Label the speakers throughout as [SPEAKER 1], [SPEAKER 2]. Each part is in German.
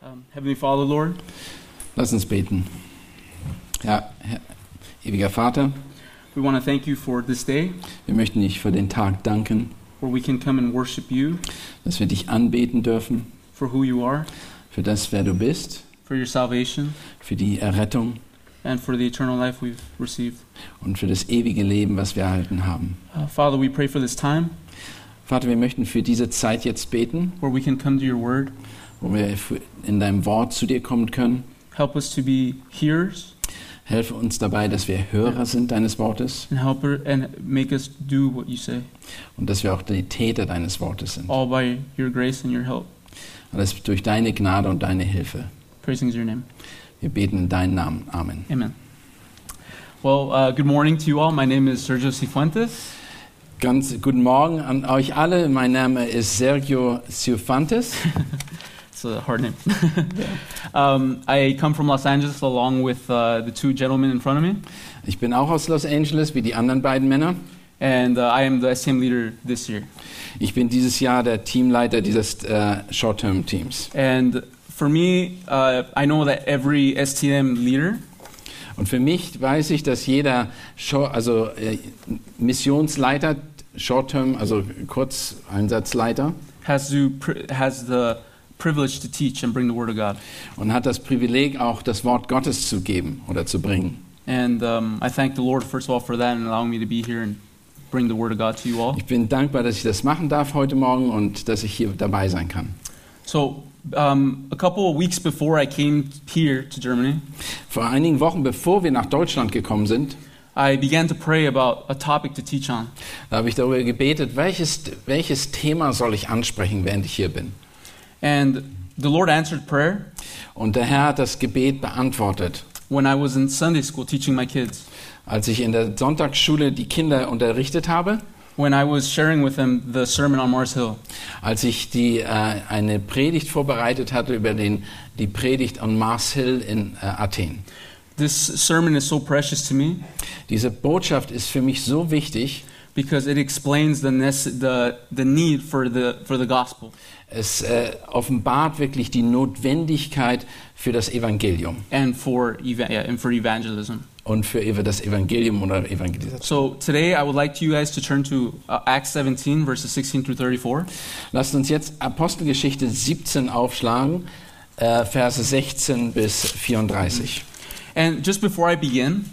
[SPEAKER 1] Um, Heavenly Father, Lord,
[SPEAKER 2] Lass uns beten. Ja, Herr, ewiger Vater,
[SPEAKER 1] we want to thank you for this day
[SPEAKER 2] wir möchten dich für den Tag danken,
[SPEAKER 1] where we can come and worship you
[SPEAKER 2] dass wir dich anbeten dürfen,
[SPEAKER 1] for who you are,
[SPEAKER 2] für das, wer du bist,
[SPEAKER 1] for your salvation,
[SPEAKER 2] für die Errettung
[SPEAKER 1] and for the eternal life we've received.
[SPEAKER 2] und für das ewige Leben, was wir erhalten haben.
[SPEAKER 1] Uh, Father, we pray for this time
[SPEAKER 2] Vater, wir möchten für diese Zeit jetzt beten,
[SPEAKER 1] where we can come to your word.
[SPEAKER 2] wo wir für- in deinem Wort zu dir kommen können.
[SPEAKER 1] Help us to be hearers
[SPEAKER 2] Helfe uns dabei, dass wir Hörer sind deines Wortes
[SPEAKER 1] and help her, and make us do what you say,
[SPEAKER 2] und dass wir auch die Täter deines Wortes sind.
[SPEAKER 1] all by your grace and your help.
[SPEAKER 2] Alles durch deine Gnade und deine Hilfe.
[SPEAKER 1] Praising is your name.
[SPEAKER 2] Wir beten in deinen Namen. Amen.
[SPEAKER 1] Amen. Well, uh, good morning to you all. My name is Sergio Cifuentes.
[SPEAKER 2] Ganz guten Morgen an euch alle. Mein Name ist Sergio Ciufantes.
[SPEAKER 1] It's a hard name. um, I come from Los Angeles along with uh, the two gentlemen in front of me,
[SPEAKER 2] Ich bin auch aus Los Angeles, wie die anderen beiden Männer.
[SPEAKER 1] and uh, I am the SM leader this year.
[SPEAKER 2] Ich bin dieses Jahr der Teamleiter dieses äh, Short-Term-Teams.
[SPEAKER 1] And for me, uh, I know that every STM leader
[SPEAKER 2] Und für mich weiß ich, dass jeder Shor- also, äh, Missionsleiter, Short-Term, also Kurzeinsatzleiter,
[SPEAKER 1] has, to pr- has the privilege to teach and bring the Word of God.
[SPEAKER 2] und hat das Privileg, auch das Wort Gottes zu geben oder zu bringen.
[SPEAKER 1] And um, I thank the Lord, first of all, for that and allowing me to be here and bring the Word of God to you all.
[SPEAKER 2] Ich bin dankbar, dass ich das machen darf heute Morgen und dass ich hier dabei sein kann.
[SPEAKER 1] So, um, a couple of weeks before I came here to Germany,
[SPEAKER 2] Vor einigen Wochen, bevor wir nach Deutschland gekommen sind,
[SPEAKER 1] I began to pray about a topic to teach on.
[SPEAKER 2] Da habe ich darüber gebetet, welches, welches Thema soll ich ansprechen, während ich hier bin.
[SPEAKER 1] And the Lord answered prayer
[SPEAKER 2] Und der Herr hat das Gebet beantwortet,
[SPEAKER 1] when I was in Sunday school teaching my kids.
[SPEAKER 2] als ich in der Sonntagsschule die Kinder unterrichtet habe,
[SPEAKER 1] When I was sharing with them the sermon on Mars Hill,
[SPEAKER 2] als ich die, äh, eine Predigt vorbereitet hatte über den, die Predigt on Mars Hill in äh, Athen.
[SPEAKER 1] this sermon is so precious to me
[SPEAKER 2] Diese Botschaft ist für mich so wichtig,
[SPEAKER 1] because it explains the, nece- the, the need for the, for the gospel
[SPEAKER 2] es äh, offenbart wirklich die Notwendigkeit für das Evangelium
[SPEAKER 1] and for, eva- yeah, and for evangelism.
[SPEAKER 2] und für ev- das Evangelium oder Evangelisation.
[SPEAKER 1] So today I would like you guys to turn to uh, Acts 17, verses 16 through 34.
[SPEAKER 2] Lasst uns jetzt Apostelgeschichte 17 aufschlagen, äh, Verse 16 bis 34.
[SPEAKER 1] And just before I begin,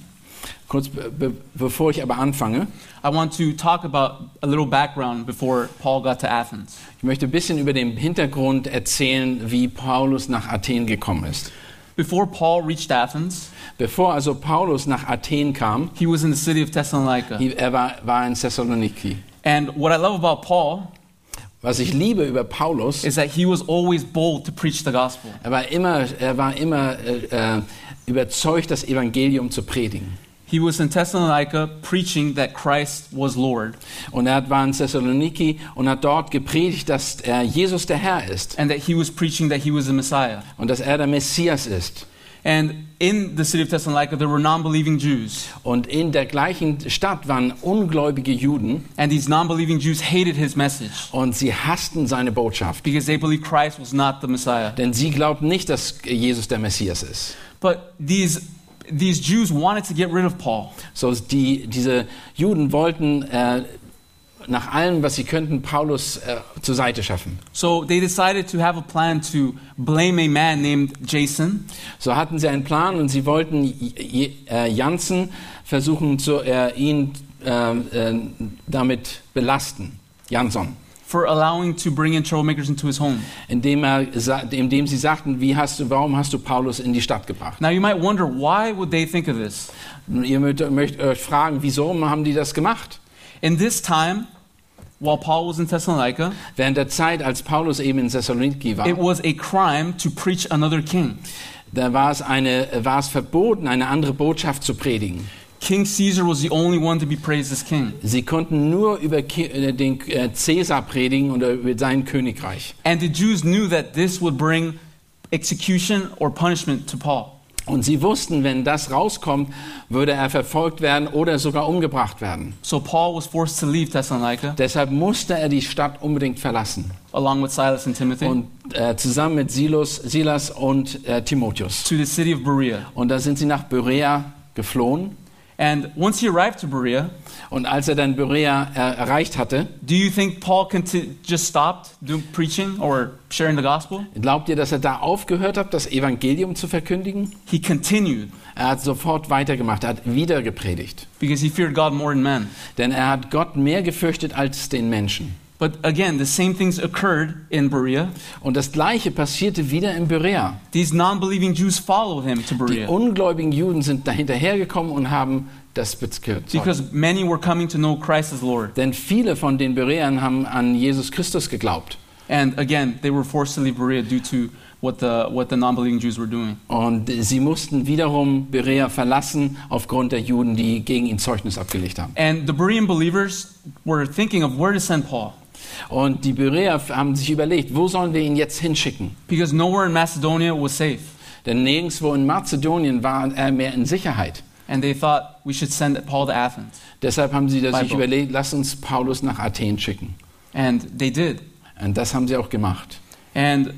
[SPEAKER 2] Kurz be be bevor ich aber anfange,
[SPEAKER 1] I want to talk about a little background before Paul got to Athens.
[SPEAKER 2] ich möchte ein bisschen über den Hintergrund erzählen, wie Paulus nach Athen gekommen ist.
[SPEAKER 1] Before Paul reached Athens,
[SPEAKER 2] Bevor also Paulus nach Athen kam,
[SPEAKER 1] he was in the city of Thessalonica.
[SPEAKER 2] hi- er war, war in Thessaloniki.
[SPEAKER 1] And what I love about Paul
[SPEAKER 2] Was ich liebe über Paulus,
[SPEAKER 1] is that he was always bold to preach the gospel.
[SPEAKER 2] er war immer, er war immer äh, äh, überzeugt, das Evangelium zu predigen.
[SPEAKER 1] He was in Thessalonica preaching that Christ was Lord
[SPEAKER 2] Und er hat- war in Thessaloniki und hat dort gepredigt, dass äh, Jesus der Herr ist.
[SPEAKER 1] and that he was preaching that he was the Messiah.
[SPEAKER 2] und dass er der Messias ist.
[SPEAKER 1] And in the city of Thessalonica, there were non believing Jews.
[SPEAKER 2] Und in der gleichen Stadt waren ungläubige Juden
[SPEAKER 1] And these non believing Jews hated his message
[SPEAKER 2] und sie hassten seine Botschaft,
[SPEAKER 1] because they believed Christ was not the Messiah.
[SPEAKER 2] denn sie glaubten nicht, dass Jesus der Messias ist.
[SPEAKER 1] But these, these Jews wanted to get rid of Paul.
[SPEAKER 2] So die, diese Juden wollten äh, nach allem, was sie könnten, Paulus äh, zur Seite schaffen.
[SPEAKER 1] So they decided to have a plan to blame a man named Jason
[SPEAKER 2] So hatten sie einen Plan und sie wollten J- J- äh, Jansen versuchen, zu, äh, ihn äh, äh, damit belasten. Jansson.
[SPEAKER 1] for allowing to bring in troublemakers into his home.
[SPEAKER 2] Indem, er, sa- indem sie sagten, wie hast du, warum hast du Paulus in die Stadt gebracht?
[SPEAKER 1] Now you might wonder why would they think of this?
[SPEAKER 2] Nun, Ihr möchtet möcht euch fragen, wieso haben die das gemacht?
[SPEAKER 1] In this time, while Paul was in Thessalonica,
[SPEAKER 2] Während der Zeit, als Paulus eben in Thessaloniki war,
[SPEAKER 1] it was a crime to preach another king.
[SPEAKER 2] da war es, eine, war es verboten, eine andere Botschaft zu predigen.
[SPEAKER 1] King Caesar was the only one to be praised as king.
[SPEAKER 2] Sie konnten nur über Ki- äh, den äh, Cäsar predigen oder über sein Königreich.
[SPEAKER 1] And the Jews knew that this would bring execution or punishment to Paul.
[SPEAKER 2] Und sie wussten, wenn das rauskommt, würde er verfolgt werden oder sogar umgebracht werden.
[SPEAKER 1] So Paul was forced to leave Thessalonica
[SPEAKER 2] Deshalb musste er die Stadt unbedingt verlassen.
[SPEAKER 1] along with Silas and Timothy
[SPEAKER 2] Und äh, zusammen mit Silos, Silas und äh, Timotheus.
[SPEAKER 1] to the city of Berea.
[SPEAKER 2] Und da sind sie nach Berea geflohen.
[SPEAKER 1] And once he arrived to Berea,
[SPEAKER 2] Und als er dann Berea äh, erreicht hatte,
[SPEAKER 1] do you think Paul conti- just stopped doing preaching or sharing the gospel?
[SPEAKER 2] glaubt ihr, dass er da aufgehört hat, das Evangelium zu verkündigen?
[SPEAKER 1] He continued
[SPEAKER 2] Er hat sofort weitergemacht, er hat wieder gepredigt.
[SPEAKER 1] because he feared God more than man.
[SPEAKER 2] Denn er hat Gott mehr gefürchtet als den Menschen.
[SPEAKER 1] But again, the same things occurred in Berea.
[SPEAKER 2] Und das Gleiche passierte wieder in Berea.
[SPEAKER 1] These non believing Jews followed him to
[SPEAKER 2] Die
[SPEAKER 1] Berea
[SPEAKER 2] ungläubigen Juden sind dahinterhergekommen und haben das bezirkt.
[SPEAKER 1] because many were coming to know Christ as Lord.
[SPEAKER 2] Denn viele von den Bereern haben an Jesus Christus geglaubt.
[SPEAKER 1] And again, they were forced to leave Berea due to what the, what the non believing Jews were doing.
[SPEAKER 2] Und sie mussten wiederum Berea verlassen aufgrund der Juden, die gegen ihn Zeugnis abgelegt haben.
[SPEAKER 1] And the Berean believers were thinking of where to send Paul
[SPEAKER 2] Und die Bereer haben sich überlegt, wo sollen wir ihn jetzt hinschicken?
[SPEAKER 1] because nowhere in Macedonia was safe.
[SPEAKER 2] Denn nirgendwo in Mazedonien war er mehr in Sicherheit.
[SPEAKER 1] And they thought we should send Paul to Athens.
[SPEAKER 2] Deshalb haben sie das
[SPEAKER 1] Bei
[SPEAKER 2] sich
[SPEAKER 1] Bo-
[SPEAKER 2] überlegt, lass uns Paulus nach Athen schicken.
[SPEAKER 1] And they did.
[SPEAKER 2] Und das haben sie auch gemacht.
[SPEAKER 1] And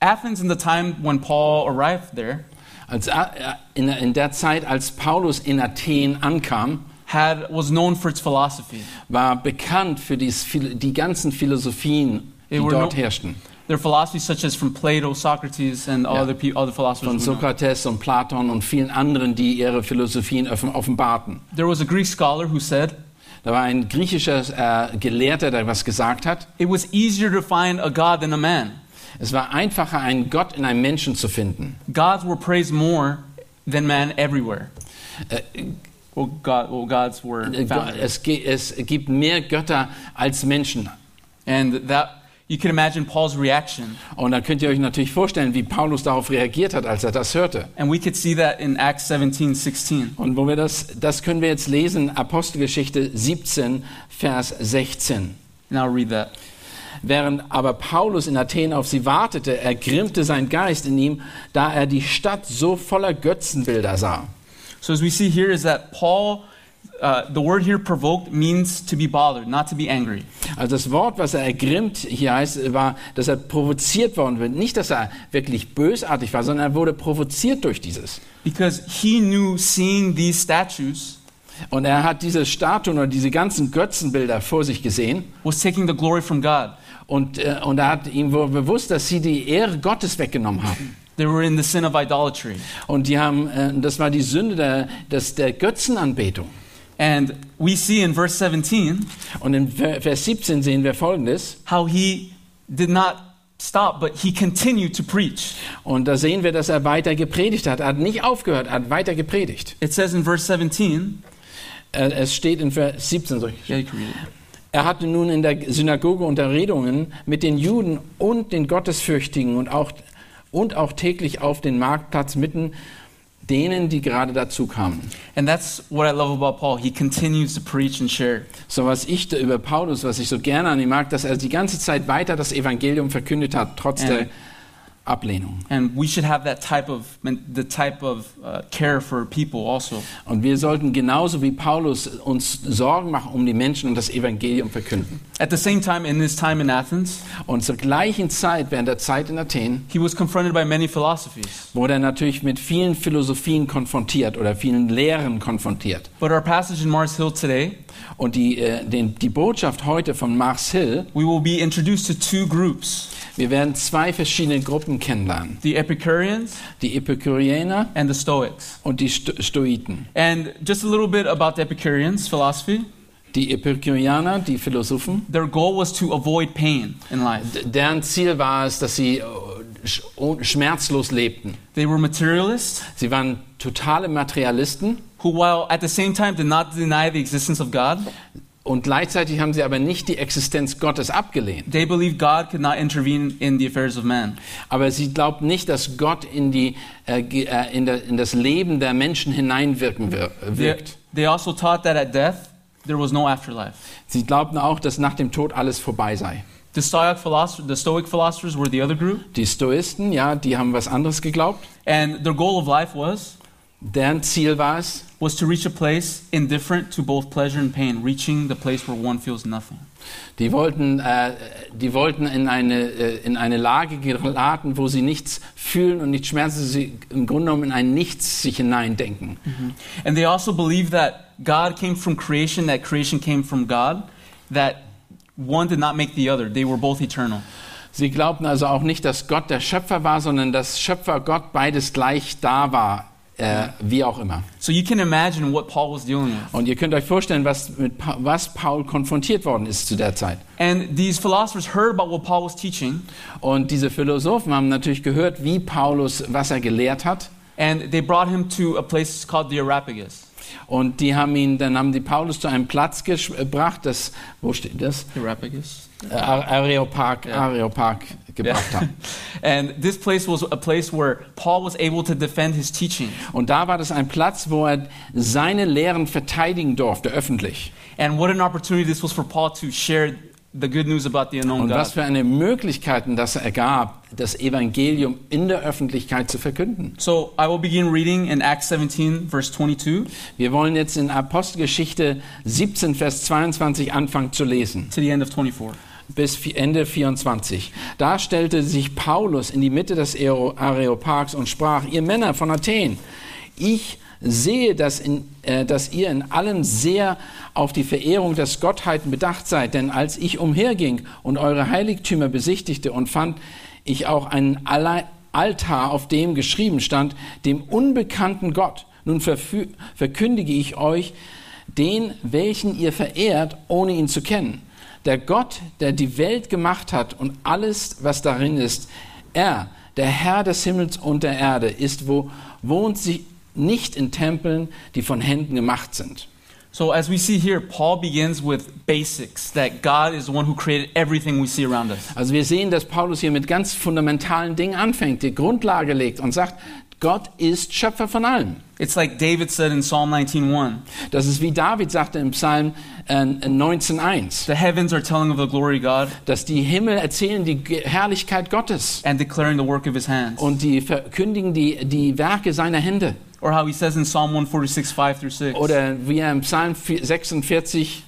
[SPEAKER 1] Athens, in the time when Paul arrived there,
[SPEAKER 2] Als, A- in, in der Zeit, als Paulus in Athen ankam,
[SPEAKER 1] had, was known for its philosophy.
[SPEAKER 2] war bekannt für dies, phil- die ganzen Philosophien, die
[SPEAKER 1] They were
[SPEAKER 2] dort
[SPEAKER 1] no-
[SPEAKER 2] herrschten.
[SPEAKER 1] Their philosophies, such as from Plato, Socrates, and all
[SPEAKER 2] Yeah.
[SPEAKER 1] other, pe- other philosophers.
[SPEAKER 2] Von
[SPEAKER 1] we know.
[SPEAKER 2] Sokrates und Platon und vielen anderen, die ihre Philosophien offen- offenbarten.
[SPEAKER 1] There was a Greek scholar who said,
[SPEAKER 2] Da war ein griechischer äh, Gelehrter, der was gesagt hat.
[SPEAKER 1] It was easier to find a God than a man.
[SPEAKER 2] Es war einfacher, einen Gott in einem Menschen zu finden.
[SPEAKER 1] Gods were praised more than man everywhere.
[SPEAKER 2] Äh,
[SPEAKER 1] Well, God, well gods were
[SPEAKER 2] äh, Go-
[SPEAKER 1] found.
[SPEAKER 2] es, ge- es gibt mehr Götter als Menschen.
[SPEAKER 1] And that you can imagine Paul's reaction.
[SPEAKER 2] Und dann könnt ihr euch natürlich vorstellen, wie Paulus darauf reagiert hat, als er das hörte.
[SPEAKER 1] And we could see that in Acts 17, 16.
[SPEAKER 2] Und wo wir das, das können wir jetzt lesen, Apostelgeschichte 17, Vers 16.
[SPEAKER 1] And I'll read that.
[SPEAKER 2] Während aber Paulus in Athen auf sie wartete, ergrimmte sein Geist in ihm, da er die Stadt so voller Götzenbilder sah.
[SPEAKER 1] So as we see here is that Paul, uh, the word here provoked means to be bothered, not to be angry.
[SPEAKER 2] Also das Wort, was er ergrimmt hier heißt, war, dass er provoziert worden wird. Nicht, dass er wirklich bösartig war, sondern er wurde provoziert durch dieses.
[SPEAKER 1] Because he knew seeing these statues
[SPEAKER 2] Und er hat diese Statuen oder diese ganzen Götzenbilder vor sich gesehen
[SPEAKER 1] was taking the glory from God.
[SPEAKER 2] und, äh, und er hat ihm wohl bewusst, dass sie die Ehre Gottes weggenommen haben.
[SPEAKER 1] They were in the sin of idolatry.
[SPEAKER 2] Und die haben, äh, das war die Sünde der, des, der Götzenanbetung.
[SPEAKER 1] And we see in verse 17
[SPEAKER 2] Und in Ver- Vers 17 sehen wir Folgendes.
[SPEAKER 1] how he did not stop, but he continued to preach.
[SPEAKER 2] Und da sehen wir, dass er weiter gepredigt hat. Er hat nicht aufgehört, er hat weiter gepredigt.
[SPEAKER 1] It says in verse 17,
[SPEAKER 2] Äh, Es steht in Vers 17 so.
[SPEAKER 1] yeah, you can read it.
[SPEAKER 2] Er hatte nun in der Synagoge Unterredungen mit den Juden und den Gottesfürchtigen und auch, und auch täglich auf den Marktplatz mitten denen, die gerade dazu kamen.
[SPEAKER 1] And that's what I love about Paul. He continues to preach and share.
[SPEAKER 2] So was ich da über Paulus, was ich so gerne an ihm mag, dass er die ganze Zeit weiter das Evangelium verkündet hat, trotz
[SPEAKER 1] Ja.
[SPEAKER 2] der Ablehnung.
[SPEAKER 1] And we should have that type of, the type of uh, care for people also.
[SPEAKER 2] Und wir sollten genauso wie Paulus uns Sorgen machen um die Menschen und das Evangelium verkünden.
[SPEAKER 1] At the same time, in his time in Athens,
[SPEAKER 2] Und zur gleichen Zeit, während der Zeit in Athen,
[SPEAKER 1] he was confronted by many philosophies.
[SPEAKER 2] wurde er natürlich mit vielen Philosophien konfrontiert oder vielen Lehren konfrontiert.
[SPEAKER 1] But our passage in Mars Hill today,
[SPEAKER 2] Und die, äh, den, die Botschaft heute von Mars Hill,
[SPEAKER 1] we will be introduced to two groups
[SPEAKER 2] wir werden zwei verschiedene Gruppen kennenlernen.
[SPEAKER 1] the Epicureans
[SPEAKER 2] Die Epikureaner
[SPEAKER 1] and the Stoics.
[SPEAKER 2] und die Sto Stoiten.
[SPEAKER 1] And just a little bit about the Epicureans' philosophy.
[SPEAKER 2] Die Epikureaner, die Philosophen,
[SPEAKER 1] Their goal was to avoid pain in life.
[SPEAKER 2] d- deren Ziel war es, dass sie äh, sch oh- schmerzlos lebten.
[SPEAKER 1] They were materialists
[SPEAKER 2] Sie waren totale Materialisten
[SPEAKER 1] who, while at the same time did not deny the existence of God,
[SPEAKER 2] und gleichzeitig haben sie aber nicht die Existenz Gottes abgelehnt.
[SPEAKER 1] they believed God could not intervene in the affairs of man.
[SPEAKER 2] Aber sie glaubten nicht, dass Gott in, die, äh, ge- äh, in, der, in das Leben der Menschen hineinwirken wir äh,
[SPEAKER 1] They,
[SPEAKER 2] wirkt.
[SPEAKER 1] they also taught that at death, there was no afterlife.
[SPEAKER 2] Sie glaubten auch, dass nach dem Tod alles vorbei sei.
[SPEAKER 1] The Stoic, philosopher, the Stoic philosophers were the other group,
[SPEAKER 2] Die Stoisten, ja, die haben was anderes geglaubt.
[SPEAKER 1] and their goal of life was
[SPEAKER 2] Deren Ziel war es,
[SPEAKER 1] was to reach a place indifferent to both pleasure and pain, reaching the place where one feels nothing.
[SPEAKER 2] die wollten, äh, die wollten in, eine, äh, in eine Lage geraten, wo sie nichts fühlen und nichts schmerzen, sie im Grunde genommen in ein Nichts sich hineindenken.
[SPEAKER 1] Mm-hmm. And they also believed that God came from creation, that creation came from God, that one did not make the other. They were both eternal.
[SPEAKER 2] Sie glaubten also auch nicht, dass Gott der Schöpfer war, sondern dass Schöpfer Gott beides gleich da war, äh, wie auch immer.
[SPEAKER 1] So you can imagine what Paul was dealing with.
[SPEAKER 2] Und ihr könnt euch vorstellen, was, mit, Pa- was Paul konfrontiert worden ist zu der Zeit.
[SPEAKER 1] And these philosophers heard about what Paul was teaching,
[SPEAKER 2] Und diese Philosophen haben natürlich gehört, wie Paulus, was er gelehrt hat.
[SPEAKER 1] and they brought him to a place called the Areopagus.
[SPEAKER 2] Und die haben ihn, dann haben die Paulus zu einem Platz gesch- gebracht, das, wo steht das?
[SPEAKER 1] Areopagus.
[SPEAKER 2] Äh, Areopag,
[SPEAKER 1] Ja.
[SPEAKER 2] Areopag gebracht
[SPEAKER 1] Yeah.
[SPEAKER 2] haben.
[SPEAKER 1] and this place was a place where Paul was able to defend his teaching.
[SPEAKER 2] Und da war das ein Platz, wo er seine Lehren verteidigen durfte, öffentlich.
[SPEAKER 1] And what an opportunity this was for Paul to share the good news about the unknown
[SPEAKER 2] Und was
[SPEAKER 1] God.
[SPEAKER 2] für eine Möglichkeiten das ergab, das Evangelium in der Öffentlichkeit zu verkünden.
[SPEAKER 1] So I will begin reading in Acts 17, verse 22
[SPEAKER 2] Wir wollen jetzt in Apostelgeschichte 17, Vers 22 anfangen zu lesen.
[SPEAKER 1] to the end of 24.
[SPEAKER 2] bis vi- Ende 24. Da stellte sich Paulus in die Mitte des Aero- Areopags und sprach, ihr Männer von Athen, ich sehe, dass, in, äh, dass ihr in allem sehr auf die Verehrung des Gottheiten bedacht seid, denn als ich umherging und eure Heiligtümer besichtigte und fand ich auch einen Alle- Altar, auf dem geschrieben stand, dem unbekannten Gott. Nun verfü- verkündige ich euch den, welchen ihr verehrt, ohne ihn zu kennen. Der Gott, der die Welt gemacht hat und alles, was darin ist, er, der Herr des Himmels und der Erde, ist, wo wohnt sie nicht in Tempeln, die von Händen gemacht sind.
[SPEAKER 1] So as we see here, Paul begins with basics that God is the one who created everything we see around us.
[SPEAKER 2] Also wir sehen, dass Paulus hier mit ganz fundamentalen Dingen anfängt, die Grundlage legt und sagt, Gott ist Schöpfer von allem.
[SPEAKER 1] It's like David said in Psalm 19:1,
[SPEAKER 2] Das ist wie David sagte im Psalm äh, 19.1,
[SPEAKER 1] "The heavens are telling of the glory of God
[SPEAKER 2] dass die Himmel erzählen die Ge- Herrlichkeit Gottes
[SPEAKER 1] and declaring the work of his hands."
[SPEAKER 2] und die verkündigen die, die Werke seiner Hände.
[SPEAKER 1] Or how he says in Psalm 146, 5 through 6.
[SPEAKER 2] Oder wie er im Psalm 46,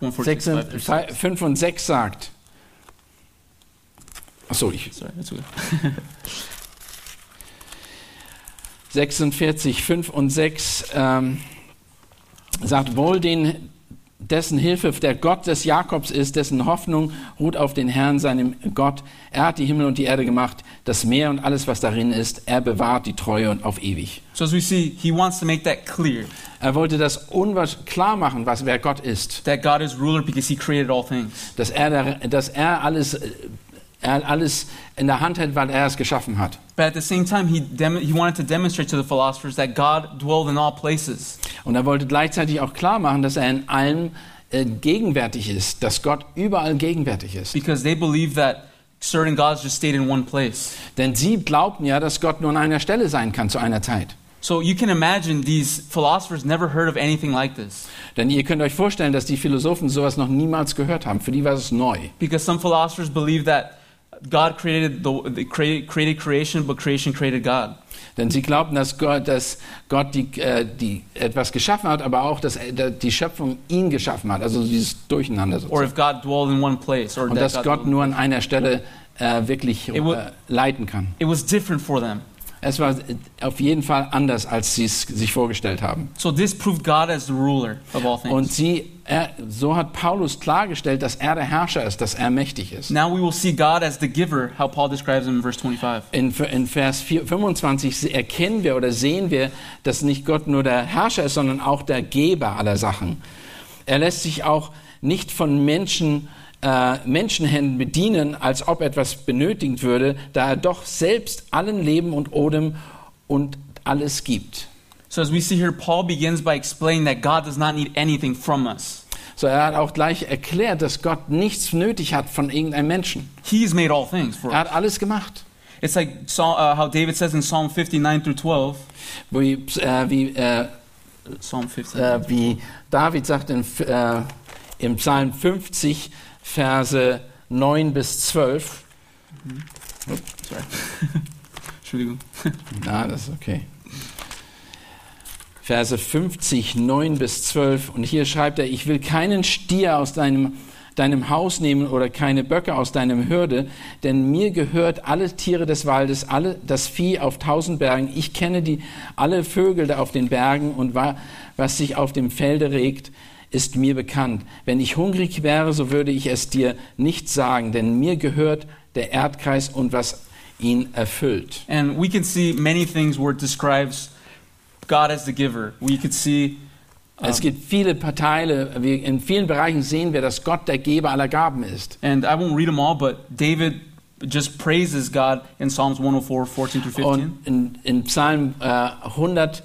[SPEAKER 1] 146,
[SPEAKER 2] 6,
[SPEAKER 1] 5 through 6.
[SPEAKER 2] 5 und 6 sagt. Achso, ich.
[SPEAKER 1] Sorry, that's okay.
[SPEAKER 2] 46, 5 und 6 ähm, sagt wohl den, dessen Hilfe der Gott des Jakobs ist, dessen Hoffnung ruht auf den Herrn, seinem Gott. Er hat die Himmel und die Erde gemacht, das Meer und alles, was darin ist. Er bewahrt die Treue und auf ewig.
[SPEAKER 1] So as we see, he wants to make that clear
[SPEAKER 2] Er wollte das unwahr- klar machen, was, wer Gott ist.
[SPEAKER 1] that God is ruler because he created all things.
[SPEAKER 2] dass er, der, dass er, alles, äh, er alles in der Hand hält, weil er es geschaffen hat.
[SPEAKER 1] But at the same time, he, dem- he wanted to demonstrate to the philosophers that God dwelled in all places.
[SPEAKER 2] Und er wollte gleichzeitig auch klar machen, dass er in allem äh, gegenwärtig ist, dass Gott überall gegenwärtig ist.
[SPEAKER 1] Because they believed that certain gods just stayed in one place.
[SPEAKER 2] Denn sie glaubten ja, dass Gott nur an einer Stelle sein kann zu einer Zeit.
[SPEAKER 1] So you can imagine these philosophers never heard of anything like this.
[SPEAKER 2] Denn ihr könnt euch vorstellen, dass die Philosophen sowas noch niemals gehört haben. Für die war es neu.
[SPEAKER 1] Because some philosophers believe that God created, the, the, crea- created creation, but creation created God.
[SPEAKER 2] Denn sie glaubten, dass Gott, dass Gott die, äh, die etwas geschaffen hat, aber auch, dass äh, die Schöpfung ihn geschaffen hat. Also dieses Durcheinander sozusagen.
[SPEAKER 1] Or if God dwelled in one place. Or
[SPEAKER 2] Und
[SPEAKER 1] that
[SPEAKER 2] dass
[SPEAKER 1] God
[SPEAKER 2] Gott
[SPEAKER 1] dwelled-
[SPEAKER 2] nur an einer Stelle äh, wirklich
[SPEAKER 1] It would-
[SPEAKER 2] äh, leiten kann.
[SPEAKER 1] It was different for them.
[SPEAKER 2] Es war äh, auf jeden Fall anders, als sie es sich vorgestellt haben.
[SPEAKER 1] So this proved God as the ruler of all things.
[SPEAKER 2] Und sie, er, so hat Paulus klargestellt, dass er der Herrscher ist, dass er mächtig ist.
[SPEAKER 1] Now we will see God as the giver, how Paul describes him in verse 25.
[SPEAKER 2] In, in Vers 4, 25 erkennen wir oder sehen wir, dass nicht Gott nur der Herrscher ist, sondern auch der Geber aller Sachen. Er lässt sich auch nicht von Menschen, äh, Menschenhänden bedienen, als ob etwas benötigt würde, da er doch selbst allen Leben und Odem und alles gibt.
[SPEAKER 1] So as we see here, Paul begins by explaining that God does not need anything from us.
[SPEAKER 2] So er hat auch gleich erklärt, dass Gott nichts nötig hat von irgendeinem Menschen.
[SPEAKER 1] He's made all things for
[SPEAKER 2] Er
[SPEAKER 1] us.
[SPEAKER 2] hat alles gemacht.
[SPEAKER 1] It's like Psa- uh, how David says in Psalm 59 through 12.
[SPEAKER 2] Wie, äh, wie äh,
[SPEAKER 1] Psalm 59.
[SPEAKER 2] äh, wie David sagt in, äh, im Psalm 50, Verse 9 bis 12.
[SPEAKER 1] Sorry. Entschuldigung.
[SPEAKER 2] Na, das ist okay. Verse 50, 9 bis 12. Und hier schreibt er, ich will keinen Stier aus deinem, deinem Haus nehmen oder keine Böcke aus deinem Hürde, denn mir gehört alle Tiere des Waldes, alle, das Vieh auf tausend Bergen. Ich kenne die, alle Vögel da auf den Bergen und wa, was sich auf dem Felde regt, ist mir bekannt. Wenn ich hungrig wäre, so würde ich es dir nicht sagen, denn mir gehört der Erdkreis und was ihn erfüllt.
[SPEAKER 1] And we can see many things where it describes God as the giver. We could see
[SPEAKER 2] Es gibt viele Teile, wir, in vielen Bereichen sehen wir, dass Gott der Geber aller Gaben ist.
[SPEAKER 1] And I won't read them all, but David just praises God in Psalms 104, 14 through 15.
[SPEAKER 2] Und in, in Psalm äh, 100,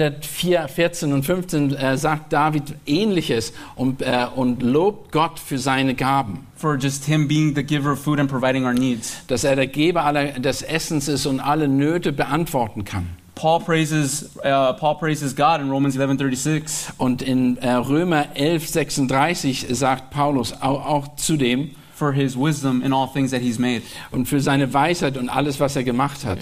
[SPEAKER 2] 104, 14 und 15 äh, sagt David Ähnliches und, äh, und lobt Gott für seine Gaben,
[SPEAKER 1] for just Him being the giver of food and providing our needs.
[SPEAKER 2] dass er der Geber aller, des Essens ist und alle Nöte beantworten kann.
[SPEAKER 1] Paul praises, uh, Paul praises God in Romans 11, 36.
[SPEAKER 2] Und in äh, Römer 11, 36 sagt Paulus auch, auch zudem
[SPEAKER 1] for his wisdom in all things that he's made.
[SPEAKER 2] und für seine Weisheit und alles, was er gemacht hat.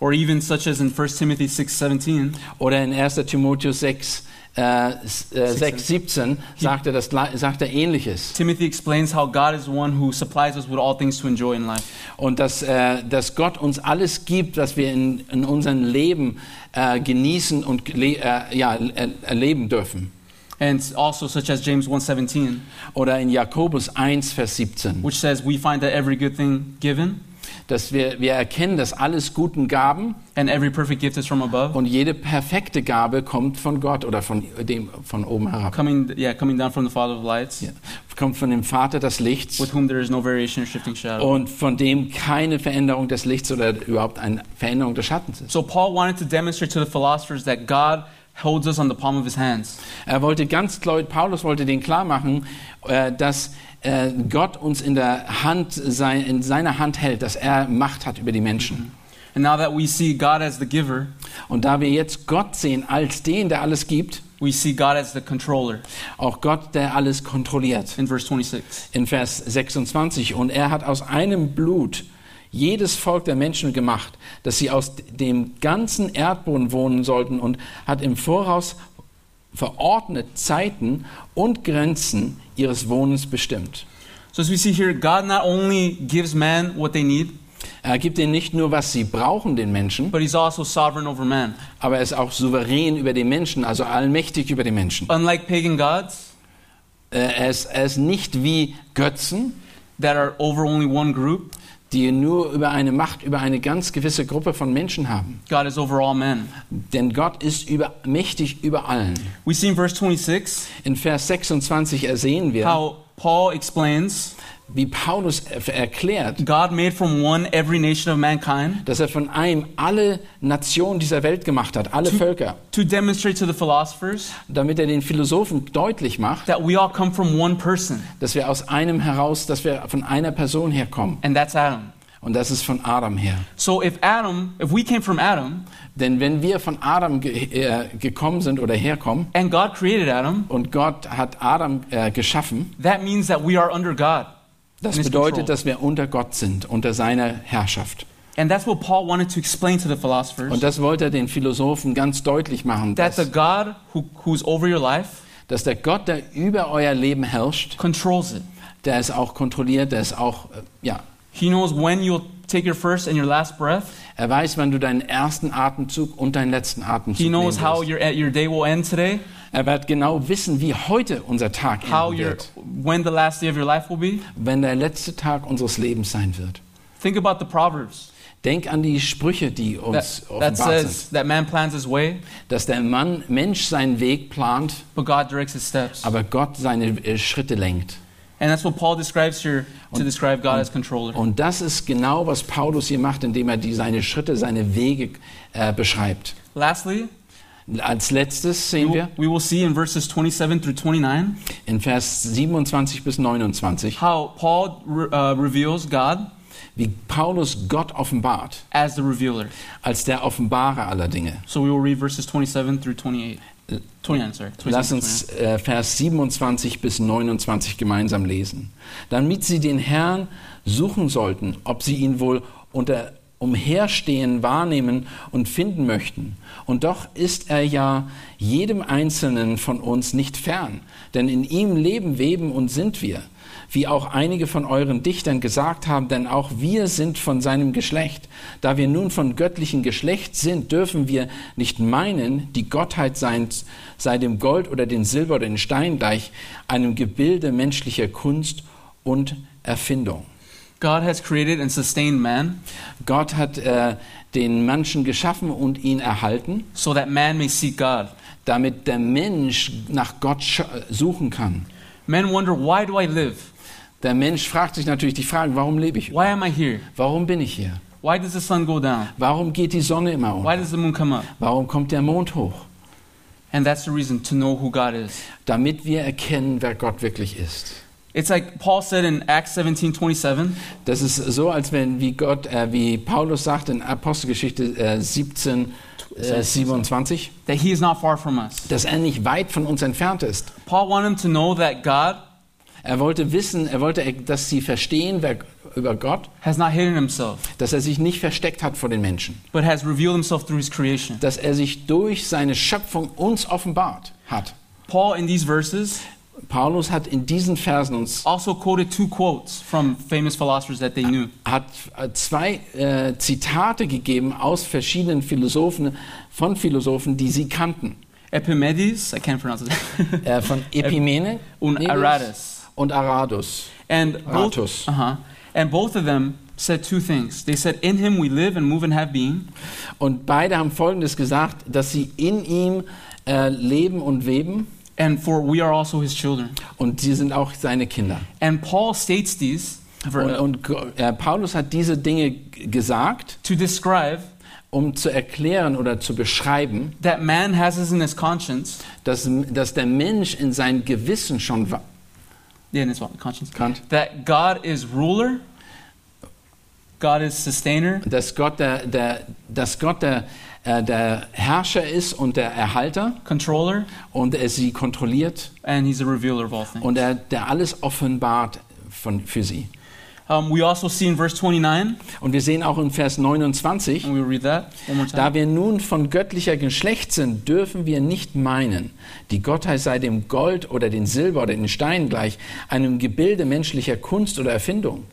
[SPEAKER 1] Or even such as in 1 Timothy 6, 17,
[SPEAKER 2] Oder in 1. Timotheus 6, äh, s- äh, 6 17 sagt er, das, gle- sagt er Ähnliches.
[SPEAKER 1] Timothy explains how God is the one who supplies us with all things to enjoy in life.
[SPEAKER 2] Und dass, äh, dass Gott uns alles gibt, was wir in, in unserem Leben äh, genießen und le äh, ja, er erleben dürfen.
[SPEAKER 1] And also such as James 1.17,
[SPEAKER 2] Oder in Jakobus 1, Vers 17,
[SPEAKER 1] which says, we find that every good thing given
[SPEAKER 2] dass wir, wir erkennen, dass alles guten Gaben
[SPEAKER 1] and every perfect gift is from above,
[SPEAKER 2] und jede perfekte Gabe kommt von Gott oder von, dem, von oben herab.
[SPEAKER 1] coming, yeah, coming down from the Father of lights,
[SPEAKER 2] Ja. Kommt von dem Vater des Lichts.
[SPEAKER 1] with whom there is no variation or shifting shadow.
[SPEAKER 2] und von dem keine Veränderung des Lichts oder überhaupt eine Veränderung des Schattens ist.
[SPEAKER 1] So Paul wanted to demonstrate to the philosophers that God holds us on the palm of his hands.
[SPEAKER 2] Er wollte ganz klar, Paulus wollte denen klar machen, äh, dass äh, Gott uns in der Hand, sein, in seiner Hand hält, dass er Macht hat über die Menschen.
[SPEAKER 1] And now that we see God as the giver,
[SPEAKER 2] Und da wir jetzt Gott sehen als den, der alles gibt,
[SPEAKER 1] we see God as the controller
[SPEAKER 2] auch Gott, der alles kontrolliert.
[SPEAKER 1] in verse 26.
[SPEAKER 2] In Vers 26, und er hat aus einem Blut jedes Volk der Menschen gemacht, dass sie aus dem ganzen Erdboden wohnen sollten und hat im Voraus verordnet Zeiten und Grenzen ihres Wohnens bestimmt.
[SPEAKER 1] So as we see here, God not only gives man what they need,
[SPEAKER 2] Er gibt ihnen nicht nur, was sie brauchen, den Menschen,
[SPEAKER 1] but he's also sovereign over man.
[SPEAKER 2] aber er ist auch souverän über den Menschen, also allmächtig über den Menschen.
[SPEAKER 1] Unlike pagan gods
[SPEAKER 2] Äh, Er ist, er ist nicht wie Götzen,
[SPEAKER 1] that are over only one group,
[SPEAKER 2] die nur über eine Macht, über eine ganz gewisse Gruppe von Menschen haben.
[SPEAKER 1] God is over all men.
[SPEAKER 2] Denn Gott ist über, mächtig über allen.
[SPEAKER 1] We see in verse 26
[SPEAKER 2] In Vers 26 ersehen wir,
[SPEAKER 1] how Paul explains
[SPEAKER 2] wie Paulus er- erklärt,
[SPEAKER 1] God made from one every nation of mankind
[SPEAKER 2] dass er von einem alle Nationen dieser Welt gemacht hat, alle Völker,
[SPEAKER 1] to demonstrate to the philosophers
[SPEAKER 2] damit er den Philosophen deutlich macht,
[SPEAKER 1] that we all come from one person,
[SPEAKER 2] dass wir aus einem heraus, dass wir von einer Person herkommen.
[SPEAKER 1] and that's Adam.
[SPEAKER 2] Und das ist von Adam her.
[SPEAKER 1] So if Adam, if we came from Adam
[SPEAKER 2] Denn wenn wir von Adam ge äh, gekommen sind oder herkommen
[SPEAKER 1] and God created Adam,
[SPEAKER 2] und Gott hat Adam äh, geschaffen,
[SPEAKER 1] that means that we are under God.
[SPEAKER 2] das
[SPEAKER 1] and his control.
[SPEAKER 2] bedeutet, dass wir unter Gott sind, unter seiner Herrschaft.
[SPEAKER 1] and that's what Paul wanted to explain to the philosophers.
[SPEAKER 2] Und das wollte er den Philosophen ganz deutlich machen,
[SPEAKER 1] that the
[SPEAKER 2] dass,
[SPEAKER 1] God who, who's over your life
[SPEAKER 2] dass der Gott, der über euer Leben herrscht,
[SPEAKER 1] controls it.
[SPEAKER 2] der ist auch kontrolliert, der ist auch, äh, ja,
[SPEAKER 1] He knows when you'll take your first and your last breath.
[SPEAKER 2] er weiß, wann du deinen ersten Atemzug und deinen letzten Atemzug
[SPEAKER 1] He knows
[SPEAKER 2] nehmen
[SPEAKER 1] how
[SPEAKER 2] wirst.
[SPEAKER 1] your, eh, your day will end today,
[SPEAKER 2] Er wird genau wissen, wie heute unser Tag
[SPEAKER 1] how
[SPEAKER 2] enden
[SPEAKER 1] your,
[SPEAKER 2] wird,
[SPEAKER 1] when the last day of your life will be.
[SPEAKER 2] wenn der letzte Tag unseres Lebens sein wird.
[SPEAKER 1] Think about the Proverbs
[SPEAKER 2] Denk an die Sprüche, die uns
[SPEAKER 1] that, that
[SPEAKER 2] offenbart
[SPEAKER 1] says
[SPEAKER 2] sind,
[SPEAKER 1] that man plans his way,
[SPEAKER 2] dass der Mann, Mensch seinen Weg plant,
[SPEAKER 1] but God directs his steps.
[SPEAKER 2] aber Gott seine äh, Schritte lenkt.
[SPEAKER 1] And that's what Paul describes here to describe God as controller.
[SPEAKER 2] Und das ist genau, was Paulus hier macht, indem er die, seine Schritte, seine Wege äh, beschreibt.
[SPEAKER 1] Lastly,
[SPEAKER 2] Als letztes sehen
[SPEAKER 1] we
[SPEAKER 2] wir
[SPEAKER 1] will, we will see in verses 27 through 29
[SPEAKER 2] in Vers 27 bis 29,
[SPEAKER 1] how Paul re- uh, reveals God
[SPEAKER 2] wie Paulus Gott offenbart,
[SPEAKER 1] as the revealer.
[SPEAKER 2] als der Offenbarer aller Dinge.
[SPEAKER 1] So we will read verses 27 through 28. 29, sorry. 27,
[SPEAKER 2] Lass uns äh, Vers 27 bis 29 gemeinsam lesen. Damit sie den Herrn suchen sollten, ob sie ihn wohl unter Umherstehen wahrnehmen und finden möchten. Und doch ist er ja jedem Einzelnen von uns nicht fern, denn in ihm leben, weben und sind wir, wie auch einige von euren Dichtern gesagt haben, denn auch wir sind von seinem Geschlecht. Da wir nun von göttlichem Geschlecht sind, dürfen wir nicht meinen, die Gottheit sei, sei dem Gold oder dem Silber oder dem Stein gleich, einem Gebilde menschlicher Kunst und Erfindung.
[SPEAKER 1] God has created and sustained man
[SPEAKER 2] Gott hat äh, den Menschen geschaffen und ihn erhalten,
[SPEAKER 1] so that man may seek God.
[SPEAKER 2] damit der Mensch nach Gott scha- suchen kann.
[SPEAKER 1] Men wonder, why do I live?
[SPEAKER 2] Der Mensch fragt sich natürlich die Frage, warum lebe ich?
[SPEAKER 1] Why am I here?
[SPEAKER 2] Warum bin ich hier?
[SPEAKER 1] Why does the sun go down?
[SPEAKER 2] Warum geht die Sonne immer
[SPEAKER 1] Why
[SPEAKER 2] um?
[SPEAKER 1] does the moon come up?
[SPEAKER 2] Warum kommt der Mond hoch?
[SPEAKER 1] And that's the reason to know who God is.
[SPEAKER 2] Damit wir erkennen, wer Gott wirklich ist.
[SPEAKER 1] It's like Paul said in Acts 17 27,
[SPEAKER 2] Das ist so, als wenn, wie Gott, äh, wie Paulus sagt in Apostelgeschichte äh, 17, äh, 27,
[SPEAKER 1] that he is not far from us.
[SPEAKER 2] dass er nicht weit von uns entfernt ist.
[SPEAKER 1] Paul wanted them to know that God
[SPEAKER 2] Er wollte wissen, er wollte, dass sie verstehen wer, über Gott,
[SPEAKER 1] has not hidden himself,
[SPEAKER 2] dass er sich nicht versteckt hat vor den Menschen,
[SPEAKER 1] but has revealed himself through his creation.
[SPEAKER 2] dass er sich durch seine Schöpfung uns offenbart hat.
[SPEAKER 1] Paul, in these verses,
[SPEAKER 2] Paulus hat in diesen Versen uns
[SPEAKER 1] also quoted two quotes from famous philosophers that they knew.
[SPEAKER 2] hat äh, zwei äh, Zitate gegeben aus verschiedenen Philosophen, von Philosophen, die sie kannten.
[SPEAKER 1] Epimedes, I can't pronounce it,
[SPEAKER 2] Äh, von Epimene
[SPEAKER 1] und
[SPEAKER 2] Negus
[SPEAKER 1] Aratus.
[SPEAKER 2] Und Aratus.
[SPEAKER 1] And both,
[SPEAKER 2] Ratus.
[SPEAKER 1] uh-huh, and both of them said two things. They said, "In Him we live and move and have being,"
[SPEAKER 2] Und beide haben Folgendes gesagt, dass sie in ihm äh, leben und weben
[SPEAKER 1] and for we are also His children.
[SPEAKER 2] und sie sind auch seine Kinder.
[SPEAKER 1] And Paul states these
[SPEAKER 2] Und,
[SPEAKER 1] ver-
[SPEAKER 2] und Go- äh, Paulus hat diese Dinge g- gesagt,
[SPEAKER 1] to describe
[SPEAKER 2] um zu erklären oder zu beschreiben,
[SPEAKER 1] that man has this in his conscience.
[SPEAKER 2] dass, dass der Mensch in seinem Gewissen schon wa-
[SPEAKER 1] Yeah, in his conscience.
[SPEAKER 2] Kant.
[SPEAKER 1] That God is ruler. God is sustainer.
[SPEAKER 2] dass Gott der, der, dass Gott der, äh, der Herrscher ist und der Erhalter
[SPEAKER 1] Controller,
[SPEAKER 2] und er sie kontrolliert
[SPEAKER 1] and he's a revealer of all things.
[SPEAKER 2] und er, der alles offenbart von, für sie.
[SPEAKER 1] Um, we also see in verse 29,
[SPEAKER 2] Und wir sehen auch in Vers 29,
[SPEAKER 1] and we'll read that one more time.
[SPEAKER 2] da wir nun von göttlicher Geschlecht sind, dürfen wir nicht meinen, die Gottheit sei dem Gold oder dem Silber oder den Stein gleich, einem Gebilde menschlicher Kunst oder Erfindung.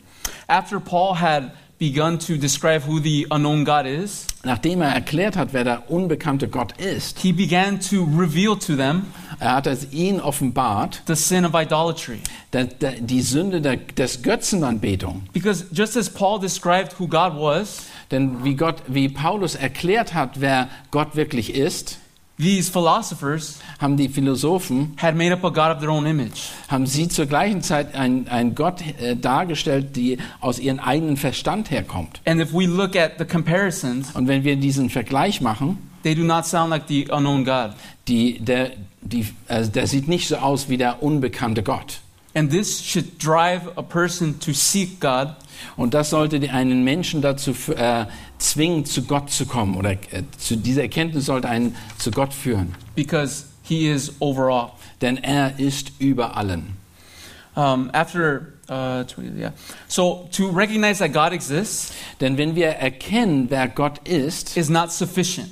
[SPEAKER 1] After Paul had begun to describe who the unknown God is,
[SPEAKER 2] Nachdem er erklärt hat, wer der unbekannte Gott ist,
[SPEAKER 1] he began to reveal to them
[SPEAKER 2] er hat es ihnen offenbart,
[SPEAKER 1] the sin of idolatry.
[SPEAKER 2] der, der, die Sünde der, des Götzenanbetung.
[SPEAKER 1] Because just as Paul described who God was,
[SPEAKER 2] Denn wie, Gott, wie Paulus erklärt hat, wer Gott wirklich ist,
[SPEAKER 1] these philosophers
[SPEAKER 2] haben die Philosophen,
[SPEAKER 1] had made up a God of their own image.
[SPEAKER 2] haben sie zur gleichen Zeit einen, einen Gott äh, dargestellt, die aus ihrem eigenen Verstand herkommt.
[SPEAKER 1] And if we look at the comparisons,
[SPEAKER 2] Und wenn wir diesen Vergleich machen,
[SPEAKER 1] they do not sound like the unknown God.
[SPEAKER 2] die, der, die, also der sieht nicht so aus wie der unbekannte Gott.
[SPEAKER 1] And this should drive a person to seek God
[SPEAKER 2] Und das sollte die- einen Menschen dazu f- äh, zwingen, zu Gott zu kommen. Oder äh, zu dieser Erkenntnis sollte einen zu Gott führen.
[SPEAKER 1] because he is over all.
[SPEAKER 2] Denn er ist über allen.
[SPEAKER 1] Um, after, uh, 20, yeah. So to recognize that God exists
[SPEAKER 2] Denn wenn wir erkennen, wer Gott ist,
[SPEAKER 1] is not sufficient.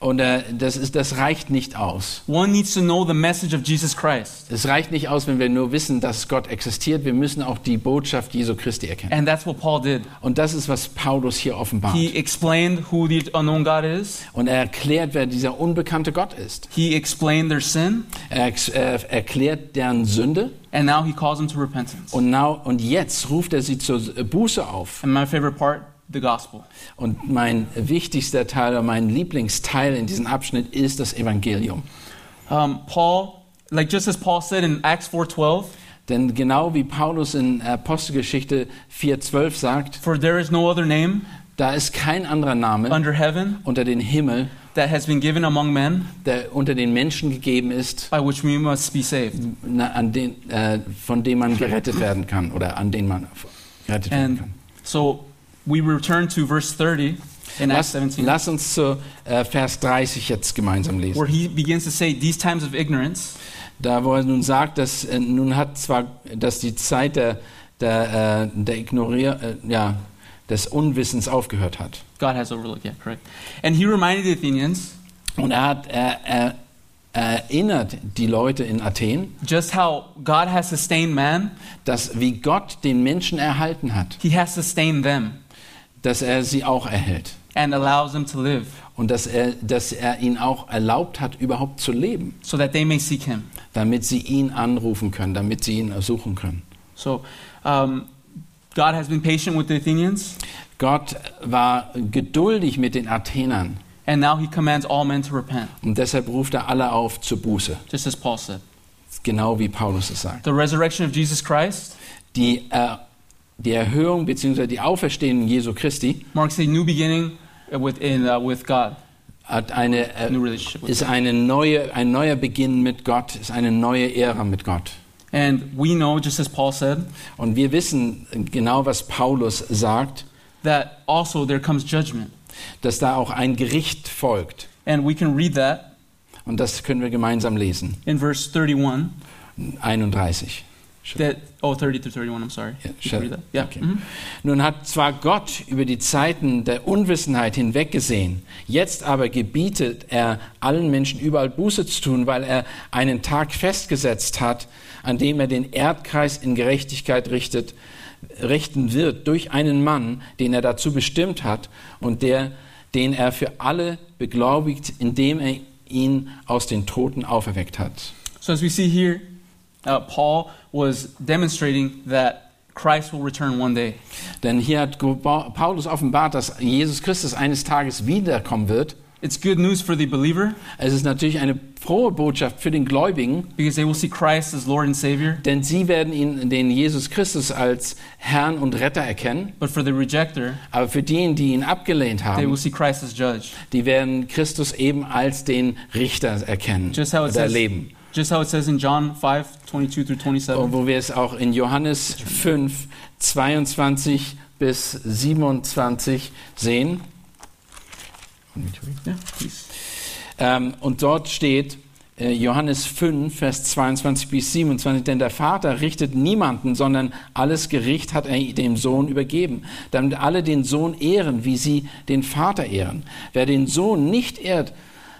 [SPEAKER 2] und äh, das, ist, das reicht nicht aus.
[SPEAKER 1] One needs to know the message of Jesus Christ.
[SPEAKER 2] Es reicht nicht aus, wenn wir nur wissen, dass Gott existiert. Wir müssen auch die Botschaft Jesu Christi erkennen.
[SPEAKER 1] And that's what Paul did.
[SPEAKER 2] Und das ist, was Paulus hier offenbart.
[SPEAKER 1] He explained who the unknown God is,
[SPEAKER 2] Und er erklärt, wer dieser unbekannte Gott ist.
[SPEAKER 1] he explained their sin,
[SPEAKER 2] Er ex- äh, erklärt deren Sünde.
[SPEAKER 1] and now he calls them to repentance.
[SPEAKER 2] Und, now, und jetzt ruft er sie zur äh, Buße auf.
[SPEAKER 1] And my favorite part the gospel.
[SPEAKER 2] Und mein wichtigster Teil oder mein Lieblingsteil in diesem Abschnitt ist das Evangelium.
[SPEAKER 1] Um, Paul, like just as Paul said in Acts 4:12,
[SPEAKER 2] Denn genau wie Paulus in Apostelgeschichte 4.12 sagt,
[SPEAKER 1] for there is no other name
[SPEAKER 2] Da ist kein anderer Name
[SPEAKER 1] under heaven
[SPEAKER 2] unter den Himmel,
[SPEAKER 1] that has been given among men
[SPEAKER 2] der unter den Menschen gegeben ist,
[SPEAKER 1] by which we must be saved.
[SPEAKER 2] na, an den, äh, von dem man gerettet werden kann oder an den man f- gerettet werden
[SPEAKER 1] And
[SPEAKER 2] kann.
[SPEAKER 1] so we return to verse 30 in Acts
[SPEAKER 2] Lass,
[SPEAKER 1] 17,
[SPEAKER 2] lass uns zu äh, Vers 30 jetzt gemeinsam lesen.
[SPEAKER 1] where he begins to say, These times of ignorance,
[SPEAKER 2] Da wo er nun sagt, dass äh, nun hat zwar, dass die Zeit der, der, äh, der Ignorier, äh, ja, des Unwissens aufgehört hat.
[SPEAKER 1] God has overlooked. Yeah, correct. And he reminded the Athenians
[SPEAKER 2] Und er hat er, er, erinnert die Leute in Athen,
[SPEAKER 1] just how God has sustained man,
[SPEAKER 2] dass wie Gott den Menschen erhalten hat,
[SPEAKER 1] he has sustained them
[SPEAKER 2] dass er sie auch erhält
[SPEAKER 1] and allows them to live
[SPEAKER 2] und dass er, dass er ihnen auch erlaubt hat, überhaupt zu leben,
[SPEAKER 1] so that they may seek him.
[SPEAKER 2] damit sie ihn anrufen können, damit sie ihn suchen können.
[SPEAKER 1] So um, God has been patient with the Athenians,
[SPEAKER 2] Gott war geduldig mit den Athenern
[SPEAKER 1] and now he commands all men to repent,
[SPEAKER 2] und deshalb ruft er alle auf zur Buße,
[SPEAKER 1] just as Paul said.
[SPEAKER 2] genau wie Paulus es sagt.
[SPEAKER 1] The resurrection of Jesus Christ
[SPEAKER 2] Die, äh, die Erhöhung bzw. die Auferstehung Jesu Christi
[SPEAKER 1] marks a new beginning with, in, uh, with God,
[SPEAKER 2] hat eine,
[SPEAKER 1] a
[SPEAKER 2] äh,
[SPEAKER 1] new relationship with
[SPEAKER 2] ist eine neue, ein neuer Beginn mit Gott, ist eine neue Ära mit Gott.
[SPEAKER 1] And we know, just as Paul said,
[SPEAKER 2] Und wir wissen genau, was Paulus sagt,
[SPEAKER 1] that also there comes judgment.
[SPEAKER 2] dass da auch ein Gericht folgt.
[SPEAKER 1] And we can read that
[SPEAKER 2] Und das können wir gemeinsam lesen.
[SPEAKER 1] in verse 31.
[SPEAKER 2] 31. Sure.
[SPEAKER 1] That, oh, 30 through 31, I'm sorry.
[SPEAKER 2] Ja,
[SPEAKER 1] You can read
[SPEAKER 2] sure.
[SPEAKER 1] that. Yeah.
[SPEAKER 2] Okay.
[SPEAKER 1] Mhm.
[SPEAKER 2] Nun hat zwar Gott über die Zeiten der Unwissenheit hinweggesehen, jetzt aber gebietet er allen Menschen überall Buße zu tun, weil er einen Tag festgesetzt hat, an dem er den Erdkreis in Gerechtigkeit richtet, richten wird durch einen Mann, den er dazu bestimmt hat und der, den er für alle beglaubigt, indem er ihn aus den Toten auferweckt hat.
[SPEAKER 1] So as we see here, uh, Paul was demonstrating that Christ will return one day.
[SPEAKER 2] Denn hier hat Go- Paulus offenbart, dass Jesus Christus eines Tages wiederkommen wird
[SPEAKER 1] It's good news for the believer
[SPEAKER 2] Es ist natürlich eine frohe Botschaft für den Gläubigen,
[SPEAKER 1] because they will see Christ as Lord and Savior.
[SPEAKER 2] denn sie werden ihn, den Jesus Christus als Herrn und Retter erkennen.
[SPEAKER 1] But for the rejecter,
[SPEAKER 2] Aber für diejenigen, die ihn abgelehnt
[SPEAKER 1] they will
[SPEAKER 2] haben,
[SPEAKER 1] see Christ as judge.
[SPEAKER 2] die werden Christus eben als den Richter erkennen
[SPEAKER 1] Just how it
[SPEAKER 2] oder
[SPEAKER 1] says,
[SPEAKER 2] erleben.
[SPEAKER 1] just how it says in John 5, 22 through 27.
[SPEAKER 2] Und wo wir es auch in Johannes 5, 22 bis 27 sehen. Oh,
[SPEAKER 1] Yeah, please.
[SPEAKER 2] Ähm, und dort steht äh, Johannes 5, Vers 22 bis 27, denn der Vater richtet niemanden, sondern alles Gericht hat er dem Sohn übergeben, damit alle den Sohn ehren, wie sie den Vater ehren. Wer den Sohn nicht ehrt,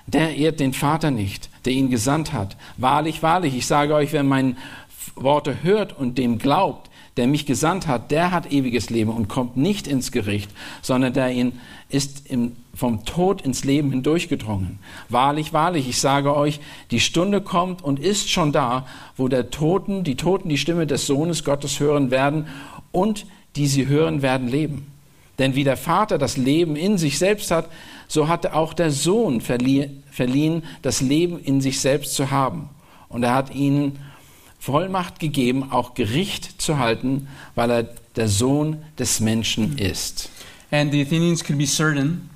[SPEAKER 2] der ehrt den Vater nicht, der ihn gesandt hat. Wahrlich, wahrlich, ich sage euch, wer meine Worte hört und dem glaubt, der mich gesandt hat, der hat ewiges Leben und kommt nicht ins Gericht, sondern der ihn ist im, vom Tod ins Leben hindurchgedrungen. Wahrlich, wahrlich, ich sage euch, die Stunde kommt und ist schon da, wo der Toten, die Toten die Stimme des Sohnes Gottes hören werden und die sie hören werden leben. Denn wie der Vater das Leben in sich selbst hat, so hatte auch der Sohn verlie- verliehen, das Leben in sich selbst zu haben. Und er hat ihnen Vollmacht gegeben, auch Gericht zu halten, weil er der Sohn des Menschen ist.
[SPEAKER 1] And the Athenians could be certain